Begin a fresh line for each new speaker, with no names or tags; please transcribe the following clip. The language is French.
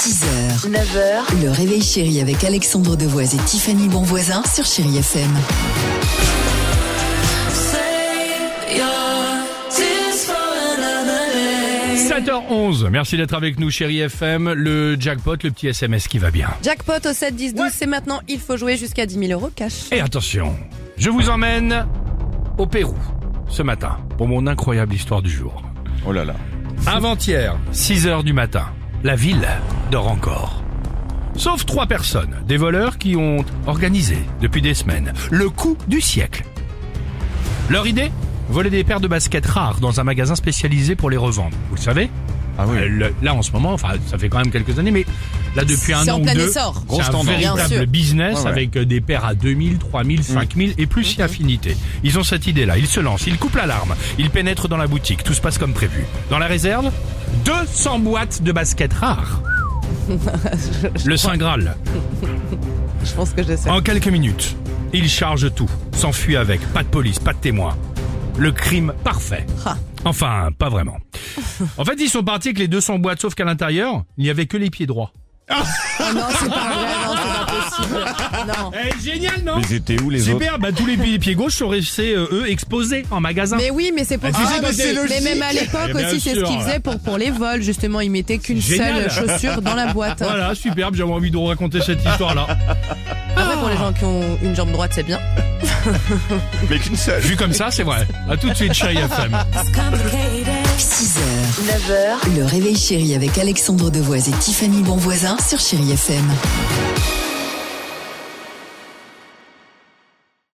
6h, 9h, le réveil chéri avec Alexandre Devoise et Tiffany Bonvoisin sur Chéri FM.
Save your tears for another day.
7h11, merci d'être avec nous chérie FM, le jackpot, le petit SMS qui va bien.
Jackpot au 7, 10, 12, c'est maintenant, il faut jouer jusqu'à 10 000 euros cash.
Et attention, je vous emmène au Pérou ce matin pour mon incroyable histoire du jour.
Oh là là.
Avant-hier, 6h du matin, la ville dort encore. Sauf trois personnes, des voleurs qui ont organisé depuis des semaines le coup du siècle. Leur idée Voler des paires de baskets rares dans un magasin spécialisé pour les revendre. Vous le savez
Ah oui.
Euh, le- Là en ce moment, enfin ça fait quand même quelques années, mais là depuis un
C'est
an
en
ou
plein
deux,
essor.
c'est un
tendance.
Bien
véritable
sûr.
business
Ouais, Mm. ouais.
avec euh, des paires à 2000, 3000, 5000 et plus
Mm-hmm.
si affinité. Ils ont cette idée-là, ils se lancent, ils coupent l'alarme, ils pénètrent dans la boutique, tout se passe comme prévu. Dans la réserve, 200 boîtes de baskets rares. Le Saint Graal.
Je pense que je sais.
En quelques minutes, il charge tout, s'enfuit avec, pas de police, pas de témoin. Le crime parfait.
Ah.
Enfin, pas vraiment. En fait, ils sont partis avec les 200 boîtes, sauf qu'à l'intérieur, il n'y avait que les pieds droits.
Oh non, c'est pas vrai, non, c'est pas possible. Non.
Eh, génial, non
Mais ils étaient où les autres
Super, bah tous les pieds, pieds gauches sont restés, euh, eux, exposés en magasin.
Mais oui, mais c'est pour
Ah, tu sais, mais c'est
mais même à l'époque
Eh bien
aussi, c'est ce
sûr.
qu'ils faisaient pour, pour les vols. Justement, ils mettaient qu'une seule
Génial.
chaussure dans la boîte.
Voilà, superbe, j'avais envie de vous raconter cette histoire-là.
Après, pour les gens qui ont une jambe droite, c'est bien.
Mais qu'une seule.
Vu comme ça, c'est vrai. À tout de suite, chérie FM.
It's complicated.
6h, 9h, le réveil chéri avec Alexandre Devoise et Tiffany Bonvoisin sur Chéri FM.